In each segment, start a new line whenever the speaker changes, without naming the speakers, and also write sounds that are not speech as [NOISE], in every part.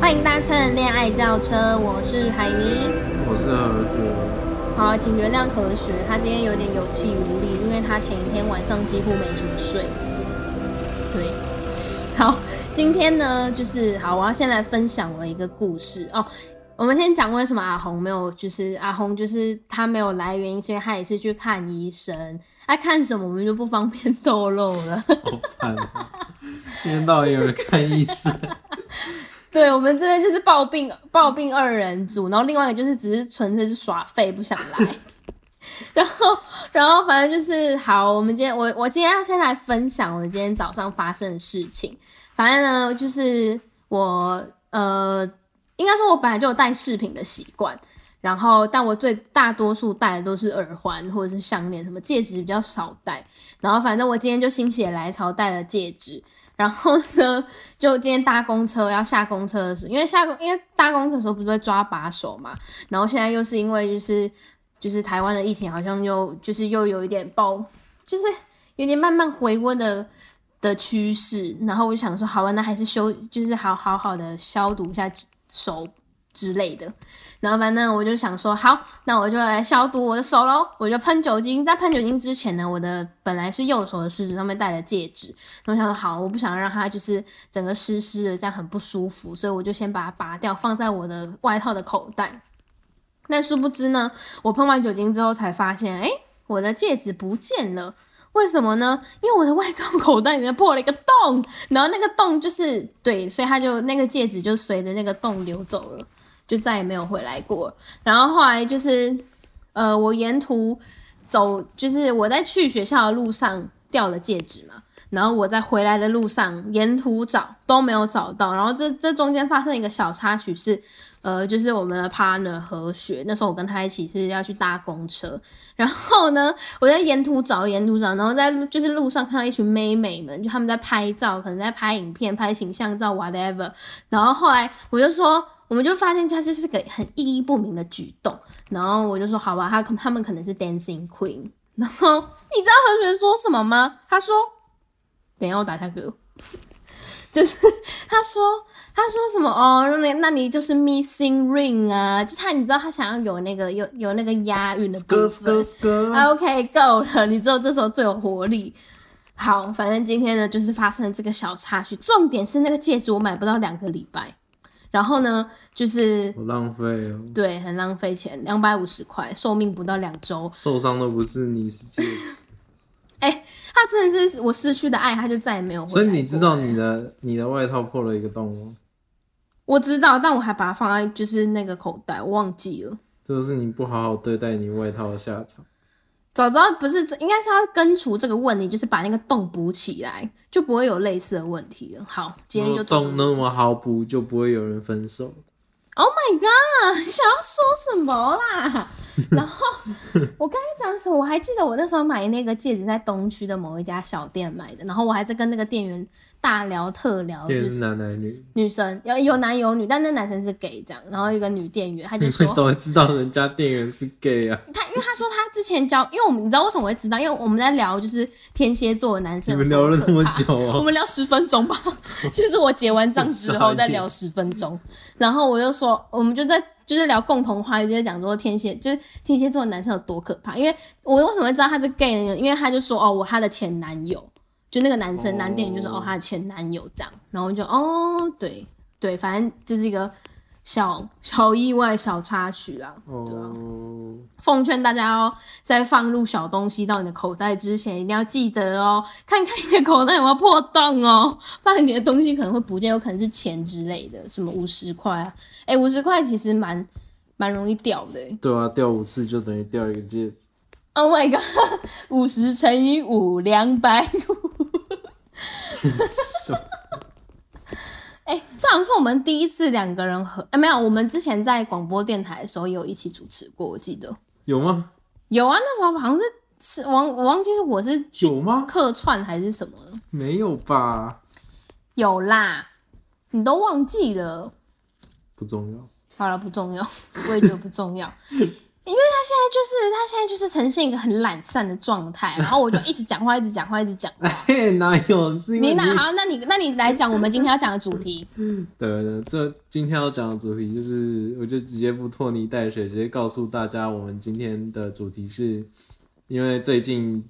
欢迎搭乘恋爱轿车，我是海林。
我是何学，
好，请原谅何学，他今天有点有气无力，因为他前一天晚上几乎没怎么睡。对，好，今天呢，就是好，我要先来分享我一个故事哦。我们先讲为什么阿红没有，就是阿红就是他没有来，原因所以他也是去看医生。他、看什么我们就不方便 [LAUGHS] 透露了。
好烦啊，一天到晚有人看医
[LAUGHS]
生，
对我们这边就是抱病抱病二人组，然后另外一个就是只是纯粹是耍废不想来， [LAUGHS] 然后然后反正就是好，我们今天我我今天要先来分享我今天早上发生的事情。反正呢，就是我呃，应该说我本来就有戴饰品的习惯，然后但我最大多数戴的都是耳环或者是项链，什么戒指比较少戴。然后反正我今天就心血来潮戴了戒指，然后呢，就今天搭公车要下公车的时候，因为下公因为搭公车的时候不是会抓把手嘛，然后现在又是因为就是就是台湾的疫情好像又就是又有一点爆，就是有点慢慢回温的的趋势，然后我就想说，好吧，啊那还是修就是好好好的消毒一下手之类的，然后反正我就想说，好，那我就来消毒我的手喽，我就喷酒精。在喷酒精之前呢，我的本来是右手的食指上面戴的戒指，然后我想说好，我不想让它就是整个湿湿的，这样很不舒服，所以我就先把它拔掉，放在我的外套的口袋。但殊不知呢，我喷完酒精之后才发现，哎，我的戒指不见了。为什么呢？因为我的外套口袋里面破了一个洞，然后那个洞就是对，所以它就那个戒指就随着那个洞流走了，就再也没有回来过。然后后来就是，呃，我沿途走，就是我在去学校的路上掉了戒指嘛，然后我在回来的路上沿途找都没有找到。然后这这中间发生一个小插曲是，呃，就是我们的 partner 何雪，那时候我跟他一起是要去搭公车，然后呢，我在沿途找沿途找，然后在就是路上看到一群妹妹们，就他们在拍照，可能在拍影片、拍形象照，whatever。然后后来我就说，我们就发现它就是个很意义不明的举动。然后我就说，好吧，他可他们可能是 dancing queen。然后你知道何学说什么吗？他说，等一下我打下嗝，就是他说他说什么哦，那你那你就是 missing ring 啊，就是他你知道他想要有那个有有那个押韵的部
哥
分。啊
哥哥，
OK，够了，你只有这时候最有活力。好，反正今天呢，就是发生了这个小插曲。重点是那个戒指我买不到两个礼拜，然后呢，就是
好浪费哦，
对，很浪费钱，两百五十块，寿命不到两周。
受伤的不是你，是戒指。
哎、他真的是我失去的爱，他就再也没有回来
所
过。
以你知道你的你的外套破了一个洞吗？
我知道，但我还把它放在就是那个口袋，我忘记了。
这就是你不好好对待你外套的下场。
早知道不是，应该是要根除这个问题，就是把那个洞补起来，就不会有类似的问题了。好，今天就
如
做
果
这
洞
么
那么好补，就不会有人分手。
Oh my god！你想要说什么啦？ [LAUGHS] 然后我刚才讲什么？我还记得我那时候买那个戒指在东区的某一家小店买的，然后我还在跟那个店员大聊特聊，哦就
也是
是
男男女，
女生有有男有女，但那男生是 gay 这样，然后一个女店员，他
你
就
为
说
[LAUGHS] 什么会知道人家店员是 gay 啊？
他，因为他说他之前交，因为我们你知道为什么我会知道，因为我们在聊就是天蝎座的男生有
你们
多
聊
可怕，
了那么久
我
哦、
们聊十分钟吧， [LAUGHS] 就是我结完账之后
傻眼
再聊十分钟，然后我就说，我们就在就是聊共同话题，就在讲说天蝎，就是天蝎座的男生有多可怕。因为我为什么会知道他是 gay 呢？因为他就说哦，我他的前男友，就那个男生
哦
男电影就说哦，他的前男友这样，然后我就哦，对对，反正这是一个小小意外、小插曲啦。啊
哦，
奉劝大家哦，在放入小东西到你的口袋之前，一定要记得哦，看看你的口袋有没有破洞哦， [LAUGHS] 不然你的东西可能会不见，有可能是钱之类的，什么五十块啊，哎、五十块其实蛮蛮容易掉的欸。
对啊，掉五次就等于掉一个戒指， [LAUGHS]
Oh my god，五 [LAUGHS] 十乘以五，两百 [LAUGHS] 五。哎、这好像是我们第一次两个人合，哎、没有，我们之前在广播电台的时候也有一起主持过，我记得
有吗？有
有啊，那时候好像是是忘我忘记是我是去
吗？
客串还是什么？
没有吧？
有啦，你都忘记了。
不重要。 [LAUGHS]
好了，不重要，我也觉得不重要。因因为他现在就是他现在就是呈现一个很懒散的状
[LAUGHS]
态，然后我就一直讲话，一直讲话，一直讲话。
嘿，哎 [LAUGHS] 哪有？是因为
你哪好？那你那你来讲我们今天要讲的主
[LAUGHS]
题。
对对，这今天要讲的主题就是，我就直接不拖泥带水，直接告诉大家，我们今天的主题是，因为最近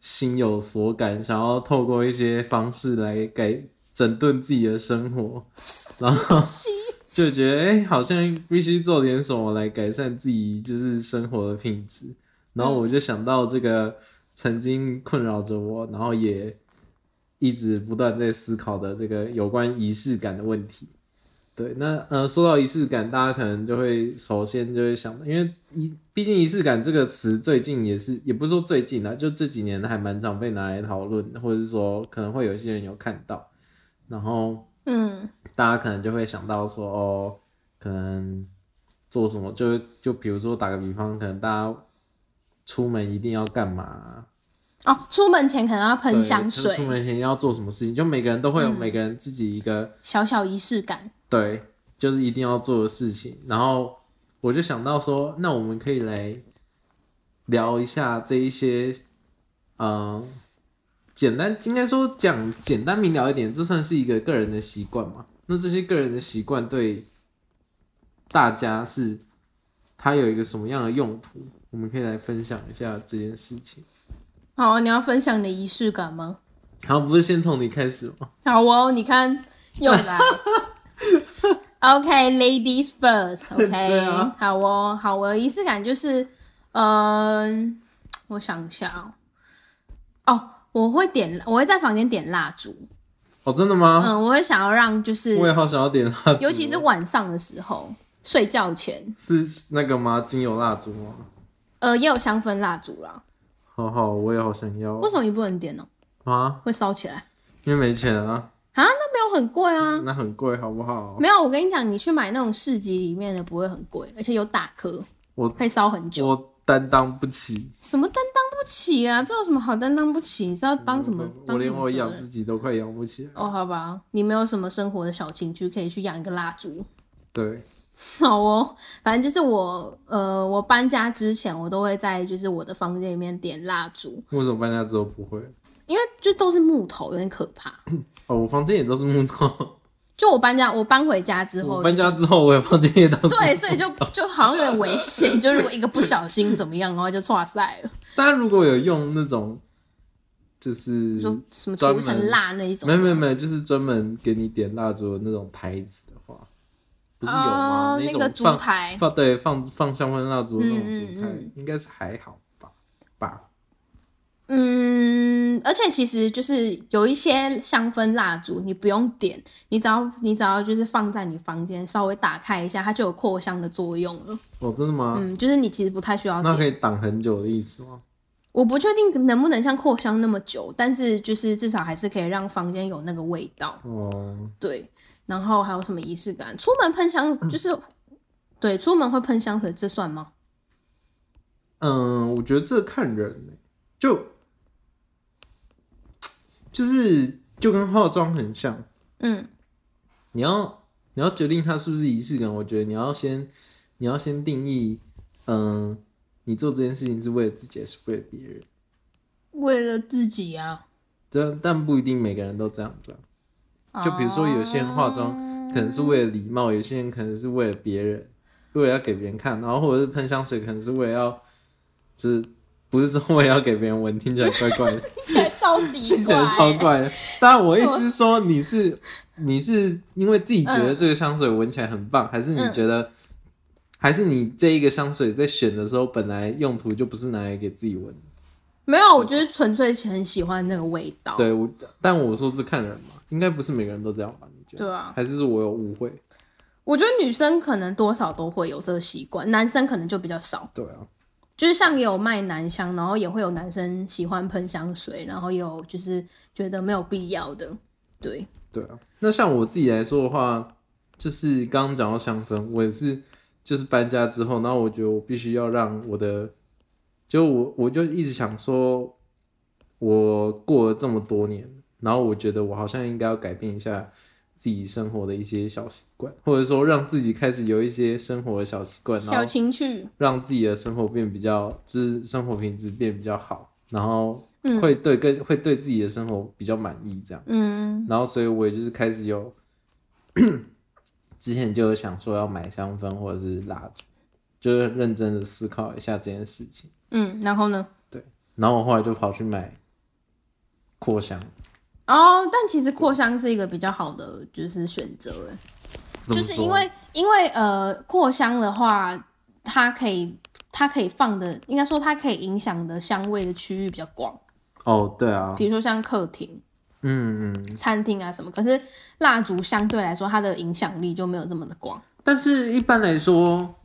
心有所感，想要透过一些方式来改整顿自己的生活，
[LAUGHS]
然后
西
就觉得哎、诶好像必须做点什么来改善自己就是生活的品质。然后我就想到这个曾经困扰着我，然后也一直不断在思考的这个有关仪式感的问题。对，那呃，说到仪式感，大家可能就会首先就会想到，因为仪，毕竟仪式感这个词最近也是，也不是说最近啦，就这几年还蛮常被拿来讨论的，或者是说可能会有一些人有看到，然后
嗯
大家可能就会想到说，哦，可能做什么，就就比如说打个比方，可能大家出门一定要干嘛？
哦，出门前可能要喷
对
香
就是出
水，
门前要做什么事情？就每个人都会有每个人自己一个、
小小仪式感。
对，就是一定要做的事情。然后我就想到说，那我们可以来聊一下这一些，嗯、简单应该说讲简单明了一点，这算是一个个人的习惯嘛？那这些个人的习惯对大家是它有一个什么样的用途？我们可以来分享一下这件事情。
好，哦你要分享你的仪式感吗？
好，不是先从你开始吗？
好哦，你看又
[LAUGHS]
来。OK，ladies、first，OK，、
[LAUGHS] 对啊
好哦，好，我的仪式感就是，嗯、我想一下哦，哦，我会点，我会在房间点蜡烛，
哦，真的吗？
嗯，我会想要让就是，
我也好想要点蜡烛哦，
尤其是晚上的时候，睡觉前，
是那个吗？精油蜡烛吗？
呃，也有香氛蜡烛啦，
好好，我也好想要
为什么你不能点呢、
啊，
会烧起来啊？
因为没钱啊，
那没有很贵啊，
那很贵，好不好？
没有，我跟你讲，你去买那种市集里面的不会很贵，而且有打壳，
我
可以烧很久。
我担当不起，
什么担当不起啊？这有什么好担当不起？你是要当什么？
嗯我
当
我
什
连
么
我
责
养
任？
自己都快养不起来。啊
哦，好吧，你没有什么生活的小情趣，可以去养一个蜡烛。 [LAUGHS]
对，
好哦，反正就是我，呃，我搬家之前，我都会在就是我的房间里面点蜡烛，
为什么搬家之后不会？
因为就都是木头，有点可怕。
哦，我房间也都是木
[LAUGHS]
头，
就我搬家，我搬回家之后、
我
就
搬
是，
家之后，我的房间也都是。
对，所以就就好像有点危
[LAUGHS]
险，就如果一个不小心怎么样，然后就错赛了，
大家如果有用那种，就是
就什么
专
涂成
门
蜡那一种。
嗯没有没有没有，就是专门给你点蜡烛的那种台子的话，不是有吗？
哦那
种
个烛
放
台
放对放放香氛蜡烛的那种
嗯嗯
烛台，
嗯
应该是还好吧吧？
嗯，而且其实就是有一些香氛蜡烛，你不用点，你只要你只要就是放在你房间稍微打开一下，它就有扩香的作用了。
哦，真的吗？
嗯，就是你其实不太需要
那可
点。
以挡很久的意思吗？
我不确定能不能像扩香那么久，但是就是至少还是可以让房间有那个味道。
哦，
对，然后还有什么仪式感？出门喷香就是，对，出门会喷香水，这算吗？
嗯，我觉得这看人欸、就就是就跟化妆很像，
嗯，
你要你要决定它是不是仪式感，我觉得你要先你要先定义，嗯，你做这件事情是为了自己还是为了别人？
为了自己啊。
但但不一定每个人都这样子、啊，
哦
就比如说有些人化妆
啊
可能是为了礼貌，有些人可能是为了别人，为了要给别人看，然后或者是喷香水，可能是为了要，就是不是说为了要给别人闻，听起来怪
[LAUGHS]
怪的，
听起来超级
[LAUGHS] 听起来超怪的。但我意思是说，你是你是因为自己觉得这个香水闻起来很棒，还是你
嗯
觉得，还是你这一个香水在选的时候本来用途就不是拿来给自己闻的？
没有，我就是纯粹很喜欢那个味道。
对我，但我说这看人嘛，应该不是每个人都这样吧？你觉得？
对啊，
还是是我有误会？
我觉得女生可能多少都会有这个习惯，男生可能就比较少。
对啊，
就是像也有卖男香，然后也会有男生喜欢喷香水，然后也有就是觉得没有必要的。对，
对啊，那像我自己来说的话，就是刚刚讲到香氛，我也是就是搬家之后，然后我觉得我必须要让我的，就我我就一直想说，我过了这么多年，然后我觉得我好像应该要改变一下自己生活的一些小习惯，或者说让自己开始有一些生活的小习惯，然
小
后
情趣，
让自己的生活变比较，就是生活品质变比较好，然后
嗯
会对跟会对自己的生活比较满意这样。
嗯
然后所以我也就是开始有， [CLEARS THROAT] 之前就有想说要买香氛或者是蜡烛，就是认真的思考一下这件事情。
嗯，然后呢？
然后我后来就跑去买扩香，
哦，但其实扩香是一个比较好的就是选择，哎，
怎么
就是
说
因为因为呃扩香的话，它可以它可以放的，应该说它可以影响的香味的区域比较广，
哦，对啊，
比如说像客厅、
嗯嗯，
餐厅啊什么。可是蜡烛相对来说，它的影响力就没有这么的广。
但是一般来说，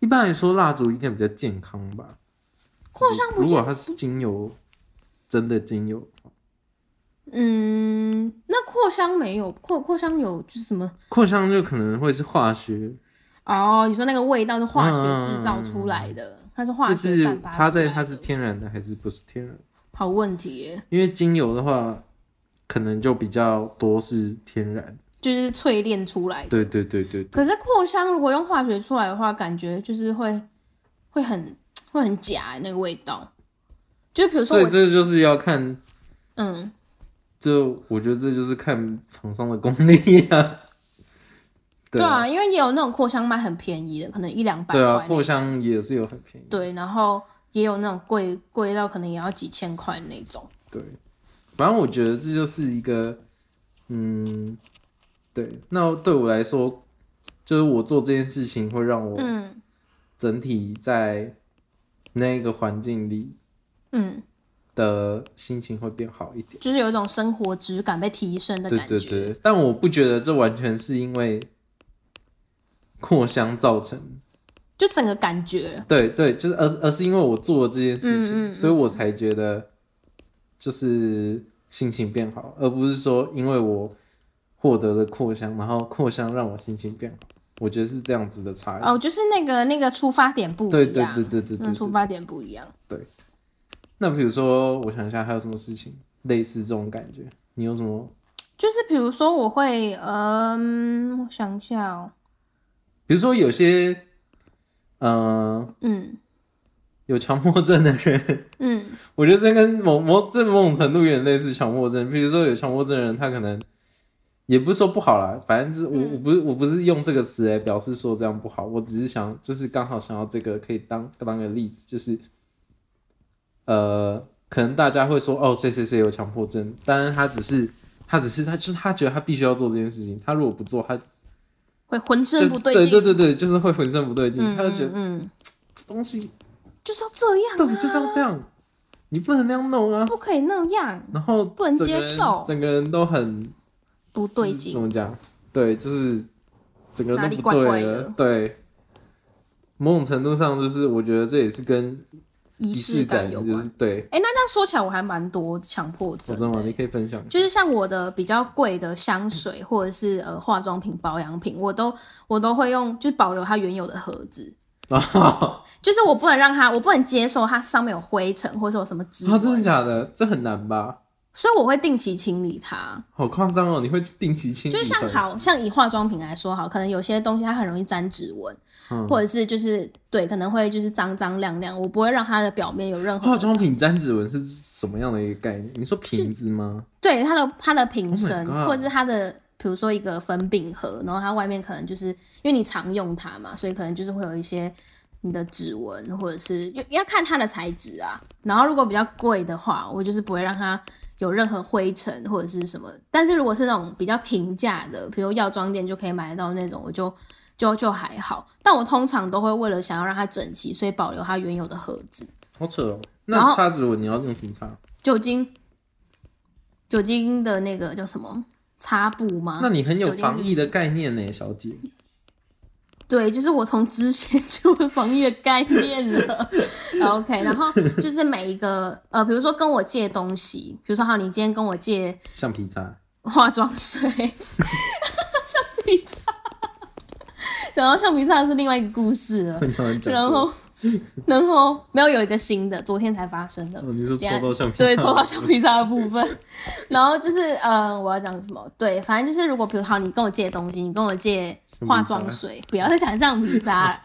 一般来说蜡烛应该比较健康吧。
扩香不
如
见
果它是精油，真的精油，
嗯，那扩香没有扩扩香有就是什么？
扩香就可能会是化学，
哦，你说那个味道是化学制造出来
嗯
的，它是化
就
学
是
散发出来
它
的。
在它是天然的还是不是天然的？
好问题耶，
因为精油的话，可能就比较多是天然。
就是淬炼出来的。
对对对对对，
可是扩香如果用化学出来的话，感觉就是会会很会很假那个味道。就比如说
所以
我，
这就是要看，
嗯，
就我觉得这就是看厂商的功力啊。 [LAUGHS]
对啊，因为也有那种扩香卖很便宜的，可能一两百
对啊，
块。
扩。香也是有很便宜。
对，然后也有那种贵贵到可能也要几千块的那种。
对，反正我觉得这就是一个，嗯，对。那对我来说，就是我做这件事情会让我
嗯
整体在那个环境里
嗯，
的心情会变好一点。
就是有一种生活质感被提升的
对
感觉。
对对，但我不觉得这完全是因为扩香造成的。
就整个感觉。
对对，就是而而是因为我做了这件事情，
嗯嗯嗯
所以我才觉得就是心情变好，而不是说因为我获得了扩香，然后扩香让我心情变好。我觉得是这样子的差异。
哦，就是那个那个出发点不一样，
对对对对对对
嗯，出
对。
发点不一样。
那比如说，我想一下还有什么事情类似这种感觉？你有什么？
就是比如说，我会，嗯，我想一下哦，
比如说有些，嗯、
嗯
有强迫症的人，
嗯
我觉得这跟某某这某种程度有点类似强迫症。比如说有强迫症的人，他可能也不是说不好啦，反正就是我、
嗯
我不是我不是用这个词来表示说这样不好，我只是想就是刚好想到这个可以当当个例子，就是呃，可能大家会说哦谁谁谁有强迫症，但是他只是他只是他就是他觉得他必须要做这件事情，他如果不做，他
会浑
就
身不
是对
劲，
对对对，就是会浑身不对劲，
嗯
他就觉得
嗯嗯，
这东西
就是要这
到
样
底
啊，
就是要这样，你不能那样弄啊。
不可以那样，
然后
不能
整个
接
人
受
整个人都很
不对
怎
劲，
么讲？对，就是整个
哪
人
里
都不
怪
对了。
怪的
对，某种程度上，就是我觉得这也是跟
仪
仪式
感有
就
关
是。对。
哎、那这样说起来，我还蛮多强迫
我
症
知道
的
吗？
欸、
你可以分享。
就是像我的比较贵的香水或者是呃化妆品、保养品，我都我都会用，就保留它原有的盒子。
啊
就是我不能让它，我不能接受它上面有灰尘或者是有什么指
啊，真的
纹，
假的？这很难吧？
所以我会定期清理它。
好夸张哦！你会定期清理
就
的？
是像好像以化妆品来说好，可能有些东西它很容易沾指纹，
嗯
或者是就是对，可能会就是脏脏亮亮，我不会让它的表面有任何
化妆品沾指纹是什么样的一个概念？你说瓶子吗？
对它的它的瓶身
Oh my god
或者是它的。比如说一个粉饼盒，然后它外面可能就是因为你常用它嘛，所以可能就是会有一些你的指纹，或者是要要看它的材质啊。然后如果比较贵的话，我就是不会让它有任何灰尘或者是什么。但是如果是那种比较平价的，比如药妆店就可以买得到那种，我就就就还好。但我通常都会为了想要让它整齐，所以保留它原有的盒子。
好扯哦！
然
那
后啊
擦指纹你要用什么擦？
酒精，酒精的那个叫什么擦布吗？
那你很有
酒精是
防疫的概念呢，小姐。
对，就是我从之前就有防疫的概念
[LAUGHS]
了。OK，然后就是每一个呃，比如说跟我借东西，比如说好，你今天跟我借
橡皮擦， [LAUGHS]
化妆水、橡皮擦，讲到橡皮擦是另外一个故事了。
[LAUGHS] 很少人讲过。
然后然后没有有一个新的，昨天才发生的。
哦，你说抽到橡皮
对，
擦
抽到橡皮擦的部分。 [LAUGHS] 然后就是，呃，我要讲什么？对，反正就是，如果比如好，你跟我借东西，你跟我借化妆水，不要再讲橡皮擦了。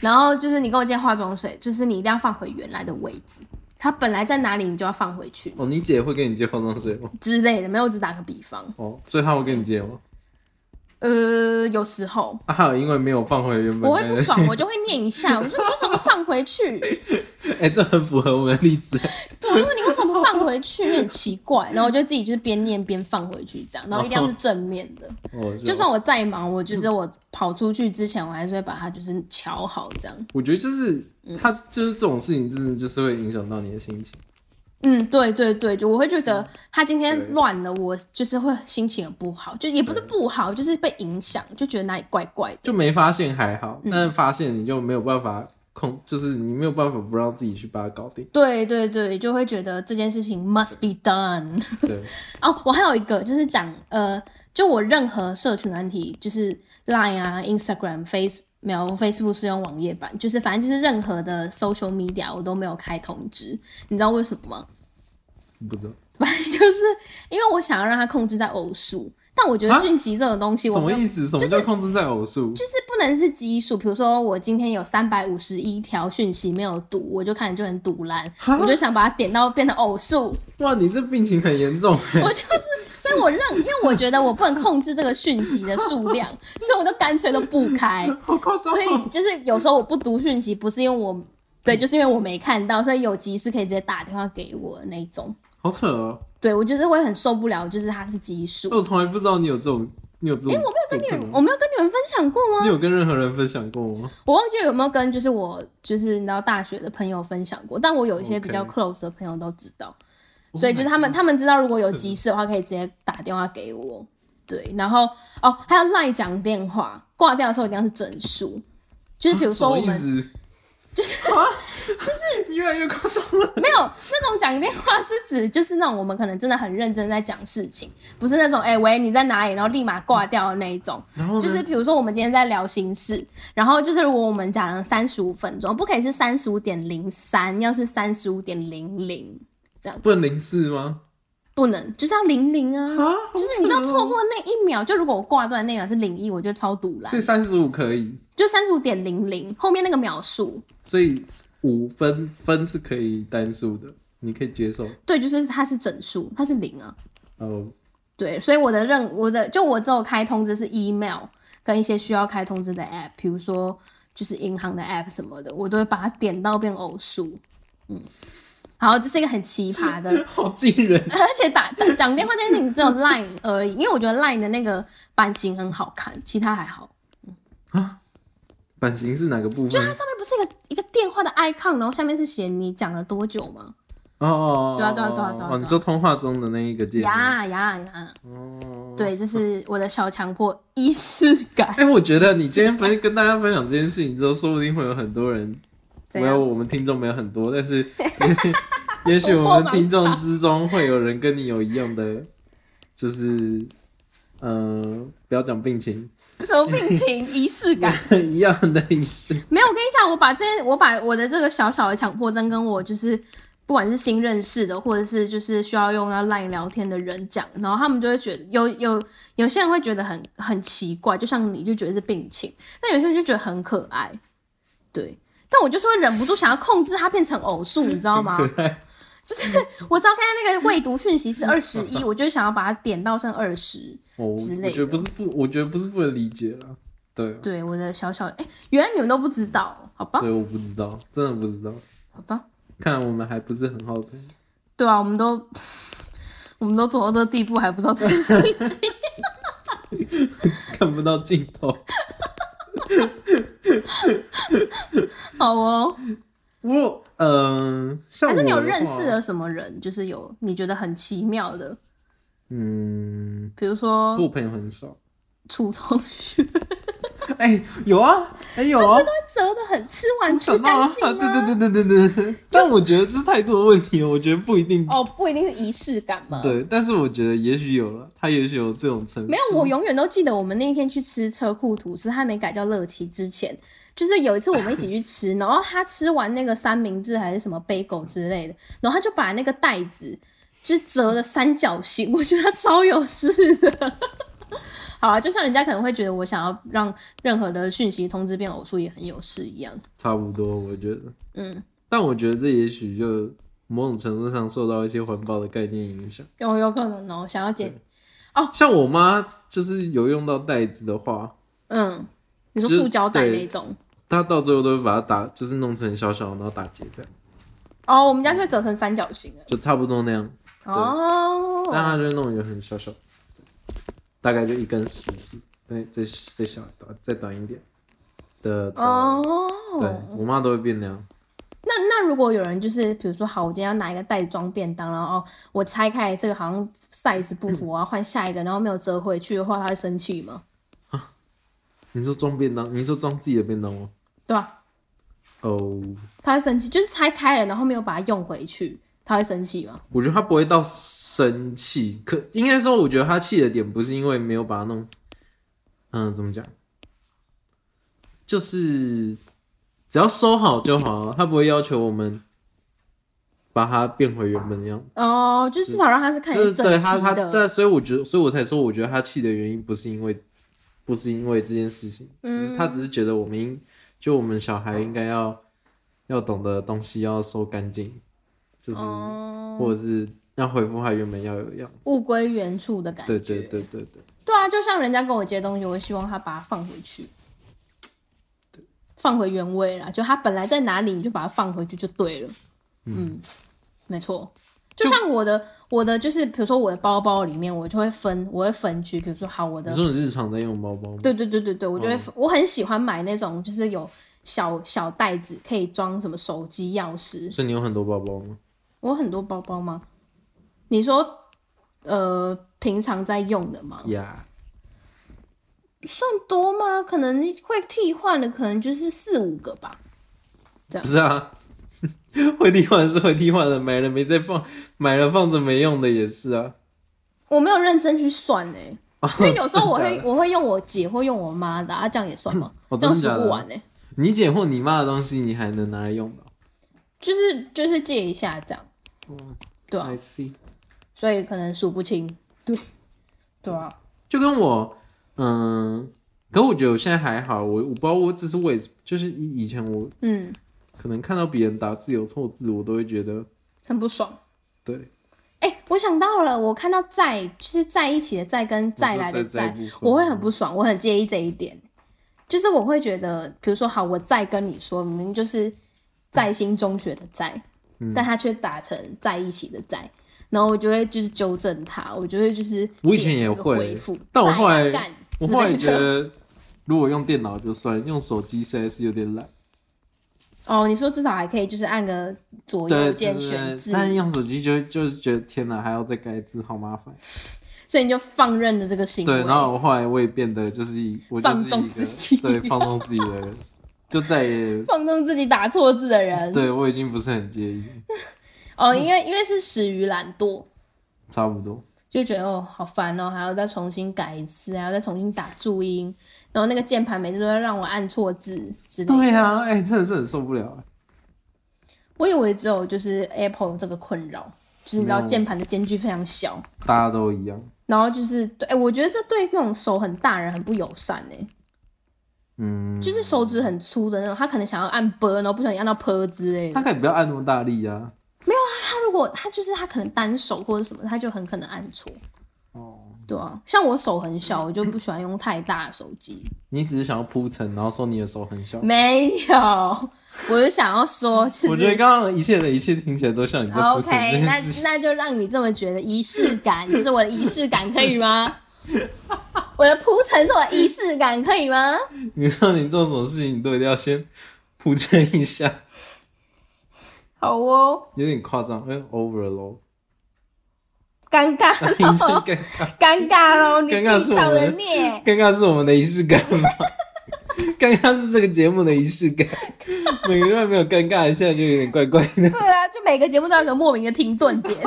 然后就是你跟我借化妆水，就是你一定要放回原来的位置，它本来在哪里，你就要放回去
哦，你姐会跟你借化妆水吗？
之类的。没有，我只打个比方。
哦，所以她会跟你借吗？
呃，有时候
啊，还有因为没有放回原本
我
那
会
个，
不爽，我就会念一下，我说你为什么不放回去？
[LAUGHS] 哎、这很符合我们的例子。
对，因为你为什么不放回去？你很奇怪。然后我就自己就是边念边放回去这样，然后一定要是正面的。 [LAUGHS]
哦，
就算我再忙，我就是我跑出去之前，我还是会把它就是瞧好这样。
我觉得就是他就是这种事情，真的就是会影响到你的心情。
嗯，对对对，就我会觉得他今
对
天乱了，我就是会心情很不好，就也不是不好，就是被影响，就觉得哪里怪怪的。
就没发现还好，
嗯
但是发现你就没有办法控，就是你没有办法不让自己去把它搞
[LAUGHS]
定。
对对对，就会觉得这件事情 must be done。
对，
哦，我还有一个就是讲，呃，就我任何社群软体，就是 Line 啊、Instagram、Face 没有 Facebook 是用网页版，就是反正就是任何的 social media 我都没有开通知，你知道为什么吗？
不知道
反正 [LAUGHS] 就是因为我想要让它控制在偶数，但我觉得
啊
讯息这种东西，
什
我
么
没有
意思，什么叫控制在偶数？
就是不能是奇数。比如说我今天有三百五十一条讯息没有读，我就看就很堵烂，
哈
我就想把它点到变成偶数。
哇，你这病情很严重哎、
我 [LAUGHS]
[LAUGHS]
就是，所以我认，因为我觉得我不能控制这个讯息的数
[LAUGHS]
量，所以我都干脆都不开。
好夸张
所
哦！
以就是有时候我不读讯息，不是因为我对，
嗯
就是因为我没看到，所以有急事可以直接打电话给我的那一种。
好扯哦！
对我就是会很受不了，就是它是急数。
我从来不知道你有这种，你有这种。
哎、我没有跟你
这种
们
困，扰
我没有跟你们分享过吗？
你有跟任何人分享过吗？
我忘记有没有跟就是我就是你知道大学的朋友分享过，但我有一些
OK Oh
比较 close 的朋友都知道
my
所以就是他们他们知道如果有
是
急事的话，可以直接打电话给我。对，然后哦还有赖讲电话，挂掉的时候一定要是整数，就是比如说我
什么
们、
意思就是
[LAUGHS]
啊，就是越来越夸张了。
没有那种讲电话是指就是那种我们可能真的很认真在讲事情，不是那种哎、喂你在哪里，然后立马挂掉的那一种。
然后呢
就是比如说我们今天在聊心事，然后就是如果我们讲了三十五分钟，不可以是三十五点零三，要是三十五点零零，
不能零四吗？
不能就是要零零啊。
啊，
就是你知道
好扯哦
错过那一秒，就如果我挂断那一秒是零一，我觉得超堵了
所，以三十五可以，
就三十五点零零后面那个秒数，
所以五分分是可以单数的，你可以接受。
对，就是它是整数，它是零啊，
哦，，
对，所以我的任我的就我只有开通知是 email 跟一些需要开通知的 app，比如说就是银行的 app 什么的，我都会把它点到变偶数。嗯，好，这是一个很奇葩的
好惊人！
而且打打讲电话这件事情只有 line 而已，因为我觉得 line 的那个版型很好看，其他还好。
版型是哪个部
就
分
它？上面不是一个一个电话的 icon，然后下面是写你讲了多久吗？
哦哦，哦
对啊对啊对啊对啊
哦，你说通话中的那一个界面。
呀呀呀！
哦，。
对，
[LAUGHS]
这是我的小强迫仪式感。
哎，我觉得你今天分跟大家分享这件事情之后，说不定会有很多人，
怎
没
样
有我们听众没有很多，
[LAUGHS]
但是也也许我们听众之中会有人跟你有一样的，就是呃，不要讲病情，
什么病情仪式感？
一样的意识。
没有，我跟你讲，我把这我把我的这个小小的强迫症，跟我就是不管是新认识的，或者是就是需要用到 LINE 聊天的人讲，然后他们就会觉得有有有些人会觉得很很奇怪，就像你就觉得是病情，但有些人就觉得很可爱，对。但我就是会忍不住想要控制它变成偶数，你知道
[LAUGHS]
吗？就是我只要看到那个未读讯息是二十一，我就想要把它点到剩二十。
哦我
之类
我觉
的
得不是不，我觉得不是不能理解啦。对啊，
对，我的小小哎、原来你们都不知道，好吧，
对，我不知道，真的不知道。
好吧。
看来我们还不是很好的。
对啊，我们都我们都走到这个地步，还不知道这件事 [LAUGHS] 情。
看不到尽头。
好哦，
我嗯、呃，像
还
我
是你有
的话
认识？了什么人，就是有你觉得很奇妙的，
嗯，
比如说
我朋友很少。
楚同学， [LAUGHS]
哎、有啊，哎、有啊，
折的很吃完吃
想到
干
啊，
净啊。
[LAUGHS] 对对对对对对。 [LAUGHS] 但我觉得这是态度的问题，我觉得不一定。
哦，不一定是仪式感嘛。。
对，但是我觉得也许有了，他也许有这种层面。
没有，我永远都记得我们那天去吃车库吐司，它没改叫乐奇之前，就是有一次我们一起去吃，然后他吃完那个三明治还是什么杯狗之类的，然后他就把那个袋子就是折的三角形，我觉得他超有事的。 [LAUGHS] 好啊，就像人家可能会觉得我想要让任何的讯息通知变偶数也很有事一样。
差不多，我觉得。
嗯，
但我觉得这也许就某种程度上受到一些环保的概念影响。
有有可能哦，想要减，
像我妈就是有用到袋子的话，
嗯，你说
就是
塑胶袋
对
那种。
她到最后都会把它打，就是弄成小小的，然后打结这样，
哦，我们家是会折成三角形的。
就差不多那样。
哦，
但她就弄一个很小小，大概就一根食指，对，再再小短再短一点的。的
哦，
对我妈都会变那样。
那那如果有人就是，比如说，好，我今天要拿一个袋子装便当，然后哦，我拆开来这个好像 size 不符，我要换下一个，然后没有折回去的话，他会生气吗？
你说装便当，你说装自己的便当吗？
对吧、
哦，
他会生气，就是拆开了，然后没有把它用回去，他会生气吗？
我觉得他不会到生气，可应该说，我觉得他气的点不是因为没有把它弄，嗯，怎么讲，就是只要收好就好啊，他不会要求我们把它变回原本的样子。
哦，就是至少让他是看起
就
来
是对
整
他，
齐
他
的。
但所以我觉得，所以我才说，我觉得他气的原因不是因为，不是因为这件事情，只是
嗯
他只是觉得我们应，就我们小孩应该要要懂得东西要收干净，就是、
哦，
或者是要恢复他原本要有的样子。
物归原处的感觉。
对对对对对，
对啊，就像人家跟我借东西，我会希望他把它放回去，放回原位啦。就他本来在哪里，你就把它放回去就对了。嗯，没错。就像我的我的就是，比如说我的包包里面，我就会分，我会分区。比如说，好，我的
你说你日常在用包包吗？
对对对对对，我就会、我很喜欢买那种就是有小小袋子可以装什么手机、钥匙。
所以你有很多包包吗？
我有很多包包吗？你说，呃，平常在用的吗？
呀、
算多吗？可能会替换的，可能就是四五个吧。
不是啊， [LAUGHS] 会替换是会替换的，买了没再放，买了放着没用的也是啊。
我没有认真去算哎、因为有时候我
哦真
会
的假
我会用我姐或用我妈的啊，这样也算吗？
哦
这样
真的
数
假的
不完哎、
的你捡或你妈的东西，你还能拿来用的
就是就是借一下这样，对啊，
？I see。
所以可能数不清，对对啊，
就跟我，嗯，可我觉得我现在还好，我我不知道我这是为什么，就是以以前我
嗯，
可能看到别人打字有错字，我都会觉得
很不爽。
对，
哎、我想到了，我看到在就是在一起的在跟再来的
我说在
在
部，分
我会很不爽，我很介意这一点。就是我会觉得，比如说，好，我再跟你说，明明就是
嗯
在新中学的在，但他却打成在一起的在，然后我就会就是纠正他，我就会就是
我以前也
点那个
会
回复，
但我
在啊
后来
干
我
之
后来
类
觉
的
得，如果用电脑就算，用手机实在是有点
[LAUGHS]
懒。
[LAUGHS] 哦，你说至少还可以就是按个左右
对，
键
对对
选
对
字，
但是用手机就就是觉得天哪，还要再改字，好麻烦。
所以你就放任了这个行为
对，。然后我后来我也变得就是一我就是
放纵
一个
自己
对放纵自己的人，就再也
放纵自己打错字的人，
对嗯我已经不是很介意，
哦，因为因为是始于懒惰，
差不多。
就觉得哦好烦哦，还要再重新改一次，还要再重新打注音，然后那个键盘每次都会让我按错字之类的。
对啊，哎、真的是很受不了。
我以为只有就是 Apple 有这个困扰，就是你知道
没有
键盘的间距非常小，
大家都一样。
然后就是对，哎、我觉得这对那种手很大人很不友善哎、
嗯，
就是手指很粗的那种，他可能想要按 b，然后不小心按到 p 之类的
大。概不要按那么大力啊。
他如果他就是他可能单手或者什么，他就很可能按错。
哦，
对啊，像我手很小，我就不喜欢用太大的手机。
你只是想要铺陈，然后说你的手很小。
没有，我就想要说，就
我觉得
是
刚刚一切的一切听起来都像你在铺陈这
OK，那
件事情。
那就让你这么觉得，仪式
[LAUGHS]
感是我的仪式感，可以吗？ [LAUGHS] 我的铺陈是我的仪式感，可以吗？
你知道你做什么事情，你都一定要先铺陈一下，
好哦，
有点夸张，哎有点 over 咯。
尴尬
[LAUGHS] 你这
咯，尴
尴尬，
尬喽，你
尴尬
自
是
己
我
找
们 [LAUGHS]
人念。
尴尬是我们的仪式感吧？ [LAUGHS] 尴尬是这个节目的仪式感， [LAUGHS] 每个人没有尴尬一下就有点怪怪的。
对啊，就每个节目都有一个莫名的停顿
[LAUGHS]
点，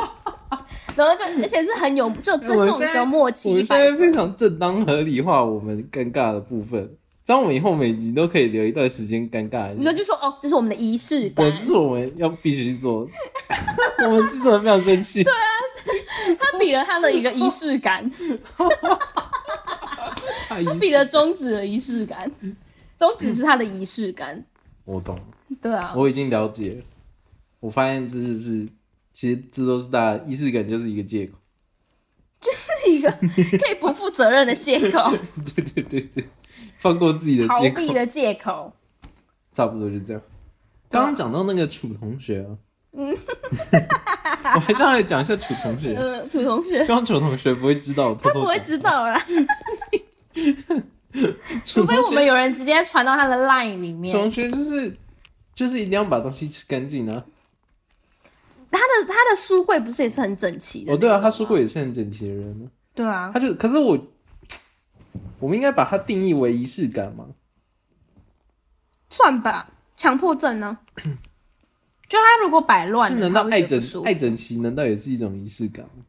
然后就而且是很有，就这
我
这
们
种
现在
时候默
我
契
们
百
现在
分
非常正当合理化我们尴尬的部分，这样我们以后每集都可以留一段时间尴尬一
你
下
说。就说哦，这是我们的仪式感
对，这，是我们要必须做的。我们之所以非常生气，
他比了他的一个仪式
[LAUGHS]
感，
太仪
比了
式。
终止的仪式感，宗旨是他的仪式感，
我懂，
对啊，
我已经了解了。我发现这就是，其实这都是大家仪式感就是一个借口。
是
[LAUGHS]
一个可以不负责任的借口，
对对对对，放过自己的
逃
借口
避，的借口。
差不多就这样。刚刚讲到那个楚同学啊，嗯，我还是要来讲一下楚同学。
嗯，楚同学
[LAUGHS] 希望楚同学不会知道，偷
他
偷
不会
讲
知道啦，
楚
除非
同
我们
学
有人直接传到他的 LINE 里
楚同
面。
学就是就是一定要把东西吃干净啊！
他的他的书柜不是也是很整齐的？
哦，对啊，他书。柜也是很整齐的人啊。
对啊
他，就可是我，我们应该把它定义为仪式感嘛？
算吧，强迫症
[COUGHS]
呢？就他如果摆乱
是
了，
难道
他会觉
爱
得
整
不舒服
爱整齐难道也是一种仪式感吗？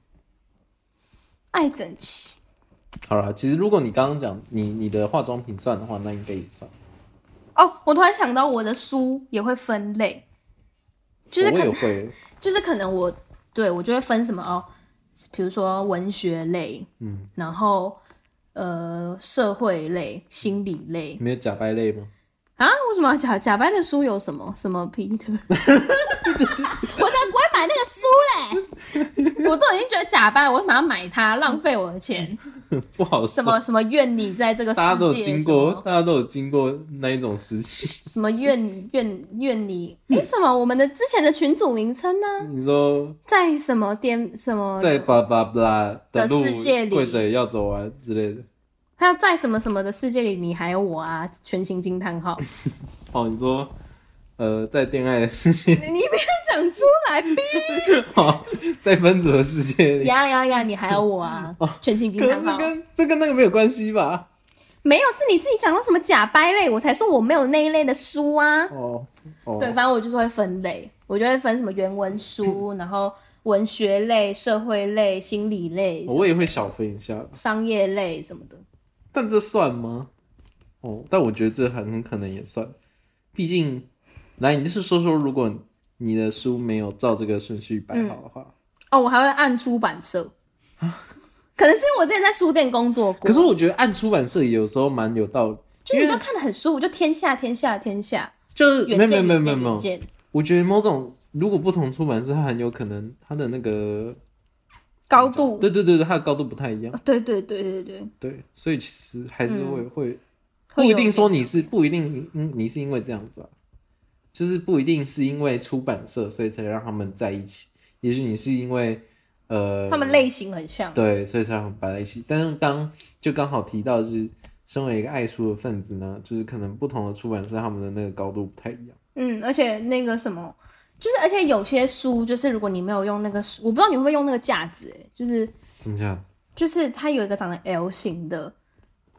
爱整齐？
好啦，其实如果你刚刚讲你你的化妆品算的话，那应该也算。
哦，我突然想到，我的书也会分类，就是
我
可
也
能
会，
就是可能我对我就会分什么哦，比如说文学类，
嗯，
然后呃社会类、心理类
没有假掰类吗？ [LAUGHS]
啊？为什么假假掰的书有什么什么 Peter？我 [LAUGHS] 才不会买那个书嘞！我都已经觉得假掰，我为什么要买它？浪费我的钱。
不好说。
什么什么愿你在这个世
嗯大家都有
界，
经
什
过，
么
大家都有经过那一种时期。
什么愿愿愿你，诶，什么我们的之前的群组名称呢？
你说
在什么点什么？
在巴拉巴拉
嗯的
路
世界里
跪着也要走完之类的。
还有在什么什么的世界里，你还有我啊！全新惊叹
[LAUGHS]
号！
哦，你说呃，在恋爱的世界， [LAUGHS]
你不要讲出来，逼
哦，在分组的世界
[LAUGHS]
里，
呀呀呀！你还有我啊！全新
哦可
惊
是
叹
这
号！
跟这跟那个没有关系吧？
没有，是你自己讲到什么假掰类，我才说我没有那一类的书啊。
哦哦，
对，反正我就是会分类，我就会分什么原文
嗯
书，然后文学类、社会类、心理类、
我也会小分一下，
商业类什么的。
但这算吗？哦，但我觉得这很很可能也算，毕竟，来，你就是说说，如果你的书没有照这个顺序摆好的话，
哦，我还会按出版社，可能是因为我之前在书店工作过。
啊可是我觉得按出版社也有时候蛮有道理，
就是你知道看的很舒服，就天下天下天下，
就是没
原
有没有
件
没有
原
没有
件
没
原
有，
件，
我觉得某种如果不同出版社，它很有可能它的那个
高度，
对对对对，它的高度不太一样，
对对对对对，
对，所以其实还是会、会
嗯会
不一
有
定
点
说你是不一定你嗯你是因为这样子啊，就是不一定是因为出版社所以才让他们在一起，也许你是因为呃
他们类型很像，
对，所以才让他们摆在一起。但是刚就刚好提到，就是身为一个爱书的分子呢，就是可能不同的出版社他们的那个高度不太一样。
嗯，而且那个什么，就是而且有些书，就是如果你没有用那个书，我不知道你会不会用那个架子、欸就是
怎么讲？
就是它有一个长得 L 型的，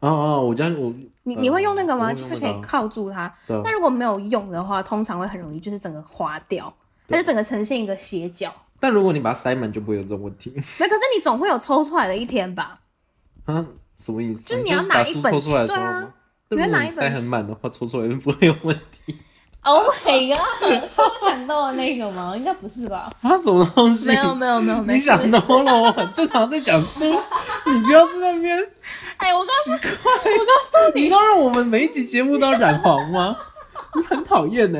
哦哦，我家我
你
呃
你会用那个
我
吗？
会
就是
用
可
那个
以
啊
靠住它，
对啊
但如果没有用的话，通常会很容易就是整个滑掉，它就整个呈现一个斜角。
但如果你把它塞满，就不会有这种问题
那可是你总会有抽出来的一天吧？
啊？什么意思？
就是你
你
要拿
把
一
书
本
抽出来的
书
时候
对啊
吗？
你
但
要
如果
拿一
你塞
本
很满的话，抽出来就不会有问题
Oh my god！是我想到的那个吗？应该不是吧？
啊？什么东西？
没有没有没有没
你
事。
想多了，我很正常在讲
[LAUGHS]
书，你不要在那边，
哎、我告诉我告诉
你
你，
要让我们每一集节目都要染黄吗？你很讨厌呢，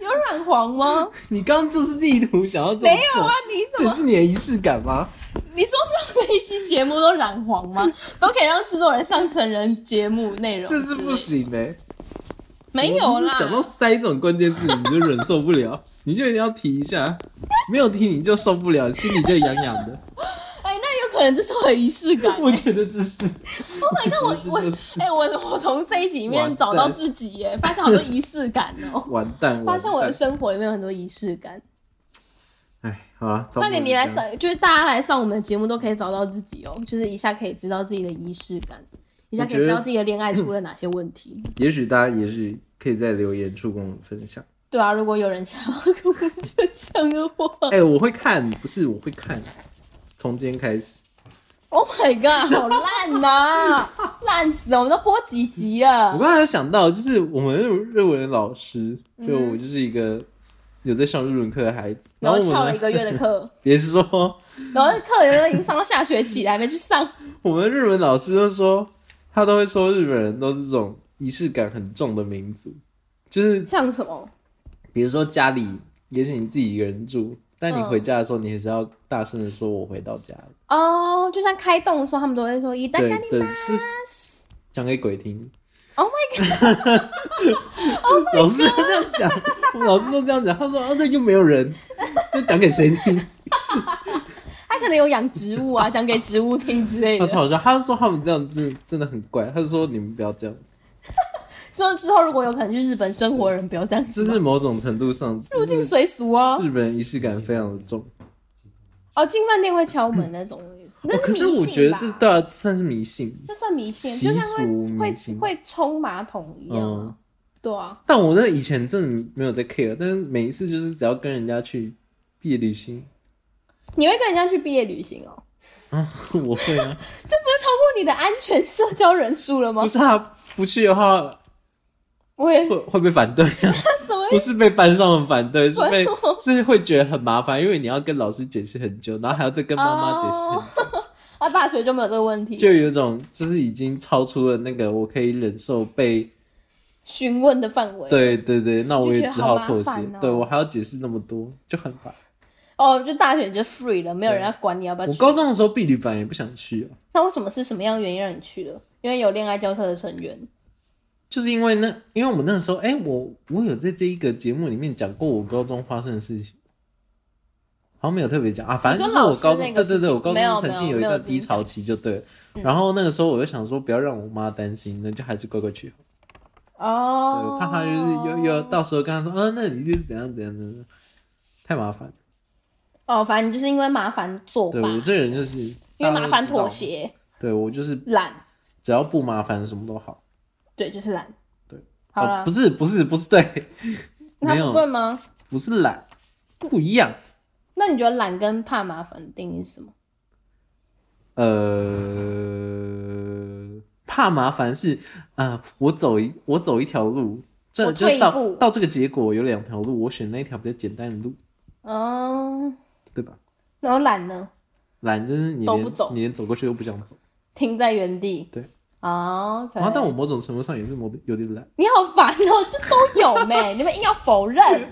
有染黄吗？
你刚刚就是意图想要这么
哇
做，，
啊你怎
这也
么？
是你的仪式感吗？
你说让每一期节目都染黄
[LAUGHS]
吗？都可以让制作人上成人节目内容之
这
类的，
是不行欸的。
没有
就是
啦。
讲到塞这种关键字，你就忍受不了，你就一定要提一下，没有提你就受不了，心里就痒痒的。
哎、那有可能这是我的仪式感、
[LAUGHS] 我
欸。
觉得这是，
[LAUGHS] Oh my god！
觉得
我
这
我
就是
哎、我我从这一集里面
完蛋
找到自己耶、发现好多仪式感哦、
完蛋，
发现我的
完蛋，
生活里面有很多仪式感。
哎，好啊，差不多
快点，你来
就这样，
上，就是大家来上我们的节目都可以找到自己哦，就是一下可以知道自己的仪式感，一下可以知道自己的恋爱出了哪些问题。
也许大家也许可以在留言处跟我们分享。
对啊，如果有人想 [LAUGHS] 要跟我们分享的话
哎、我会看，不是我会看，从今天开始。
，Oh my god，好烂呐、
[LAUGHS]
烂死了！我们都播几集
我
了？
刚才有想到，就是我们日日文老师，就
嗯
我就是一个有在上日文课的孩子，
然后
我
翘
们
了一个月的课，
别说，
然后课也都已经上到下学期了，还没去上。
我们日文老师就说，他都会说日本人都是这种仪式感很重的民族，就是
像什么？
比如说家里，也许你自己一个人住，但
嗯
你回家的时候，你还是要大声的说“我回到家了
哦、就算开动的时候，他们都会说“一”，旦
对
干你
对
妈
是讲给鬼听。
”，Oh my god！
[LAUGHS]
，Oh
老师会这样讲，我们老师都这样讲。他说：“啊，这又没有人，
[LAUGHS]
是讲给谁听
他可能有养植物啊， [LAUGHS] 讲给植物听之？”类
他
的。
超好笑。他说他们这样真真的很怪。他说你们不要这样子，
说之后如果有可能去日本生活的人，不要这样
这
子吧，
是嗯某种程度上
入境随俗啊。
日本人仪式感非常的重。
哦，进饭店会敲门那种，那
哦可
是
是
迷
我觉
信
得
吧？
这对啊，这算是迷信。
这算迷信，
习
就像会
俗迷
会
信
会冲马桶一样啊。
嗯
对啊，
但我那以前真的没有在 care，但是每一次就是只要跟人家去毕业旅行， [LAUGHS]
你会跟人家去毕业旅行哦？
啊，我
[LAUGHS]
会
这
啊，
不是超过你的安全社交人数了吗
不？是啊，不去的话
我也
会会被反对
[LAUGHS]
啊，
什么意
不是被班上的反对，是
[LAUGHS] 为
被
什么
是会觉得很麻烦，因为你要跟老师解释很久，然后还要再跟妈妈解释很久
啊？大学就没有这个问题，
就有一种就是已经超出了那个我可以忍受被
询问的范围。
对对对，那我
就觉
也
得
只
好麻
妥协，
烦哦
对我还要解释那么多，就很烦。
哦，就大学你就 free 了，没有人要管你要不要
我
去。
高中的时候避旅版也不想去啊，
那为什么是什么样的原因让你去了？因为有恋爱交叉的成员。
就是因为那，因为我们那时候，哎、我我有在这一个节目里面讲过我高中发生的事情，好像没有特别讲啊，反正就是我高
你说老师
中，
那
对
个
对
事情
对，我高
没有
中曾经
没有没
一段
有嗯自己
低潮期就对了，然后那个时候我就想说不要让我妈担心，那就还是乖乖去好，对，
哦，
我怕她就是又又到时候跟她说，啊，那你是怎样怎样怎样，太麻烦了，
哦，反正就是因为麻烦作罢
对，我这个人就是
因为麻烦
大家都知道
妥，协
对我就是
懒，
只要不麻烦什么都好，
对，就是懒。
对，
好
哦
了
不，是不是不是对，
那
没有
不对吗？
不是懒，不一样。
那你觉得懒跟怕麻烦的定义是什么？
呃，怕麻烦是啊、呃我走一我走一条路，这
我
就
退一
到
步
到这个结果有两条路，我选那一条比较简单的路，
哦，
对吧？
然后懒呢，
懒就是你
都
连
不走
你连走过去都不想走。
停在原地。
对。
哦，OK。
然后，但我某种程度上也是某有点懒，
你好烦哦，这都有
[LAUGHS]
咩？你们硬要否认。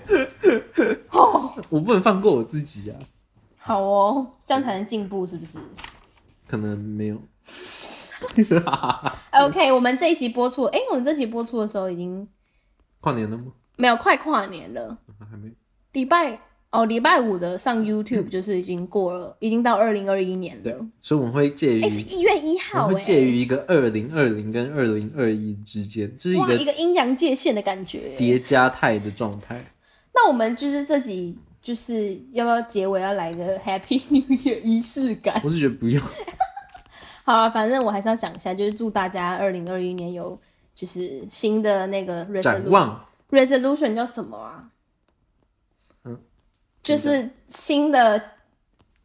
我不能放过我自己啊。
好哦，这样才能进步，是不是？
可能没有， [LAUGHS]
哎 OK，我们这一集播出，哎、我们这集播出的时候已经
跨年了吗？
没有快跨年了，
还没。
礼拜哦，礼拜五的上
[LAUGHS]
YouTube 就是已经过了，已经到二零二一年
对啊
了。，
所以我们会介于
嗯哎、是一月一
我
号
们
哎、
会介于一个二零二零跟二零二一之间，这是一
哇，一
个
个阴阳界限的感觉。
叠加态的状态。
那我们就是这集，就是要不要结尾要来个 Happy [LAUGHS] New Year 仪式感？
我是觉得不用。
好啊，反正我还是要讲一下，就是祝大家二零二一年有就是新的那个
展
resolution
望
resolution 叫什么啊？
嗯，
就是新的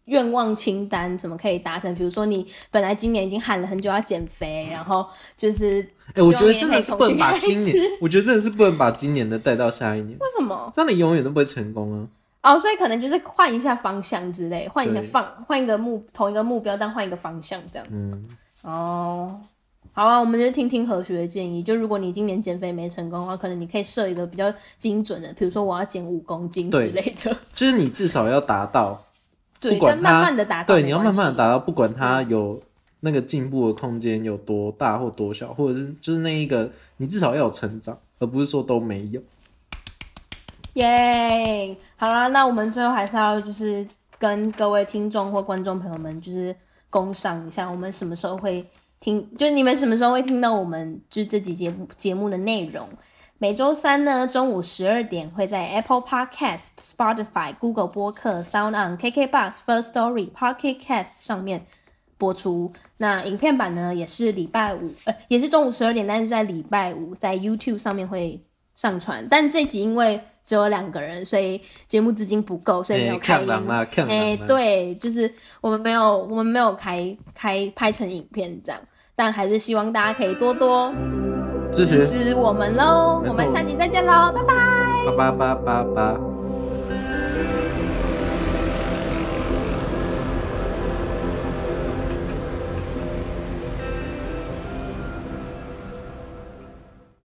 愿望清单，什么可以达成？比如说你本来今年已经喊了很久要减肥，然后就是
哎、我觉得
希
真
望明年可
的
以
是
重
不能
新
把
开
今
始。
年，我觉得真的是不能把今年的带到下一年，
为什么？
这样你永远都不会成功啊。
哦，所以可能就是换一下方向之类，换一下
对
放，换一个目，同一个目标，但换一个方向这样。
嗯，
哦，好啊，我们就听听何学的建议。就如果你今年减肥没成功的话，可能你可以设一个比较精准的，比如说我要减五公斤之
对
类的。
[LAUGHS] 就是你至少要达到，
对，
不管
但
它
慢慢的达到
对，
没
你要慢
关
慢的
系嗯
达到，不管它有那个进步的空间有多大或多小，或者是就是那一个，你至少要有成长，而不是说都没有。
耶好啦，那我们最后还是要就是跟各位听众或观众朋友们就是工商一下，我们什么时候会听，就是你们什么时候会听到我们就是这集节目节目的内容。每周三呢，中午十二点会在 Apple Podcast、Spotify、Google 播客、Sound On、KKBox、First Story、Pocket Cast 上面播出。那影片版呢，也是礼拜五，呃，也是中午十二点，但是在礼拜五在 YouTube 上面会上传。但这集因为只有两个人，所以节目资金不够，所以没有
哎
开
看
音。
人啦看人啊
哎
啦
对，就是我们没有，我们没有开开拍成影片这样，但还是希望大家可以多多
支
支
持
持我们喽。
没
我们
错
下集再见喽，拜拜。
八八八八八。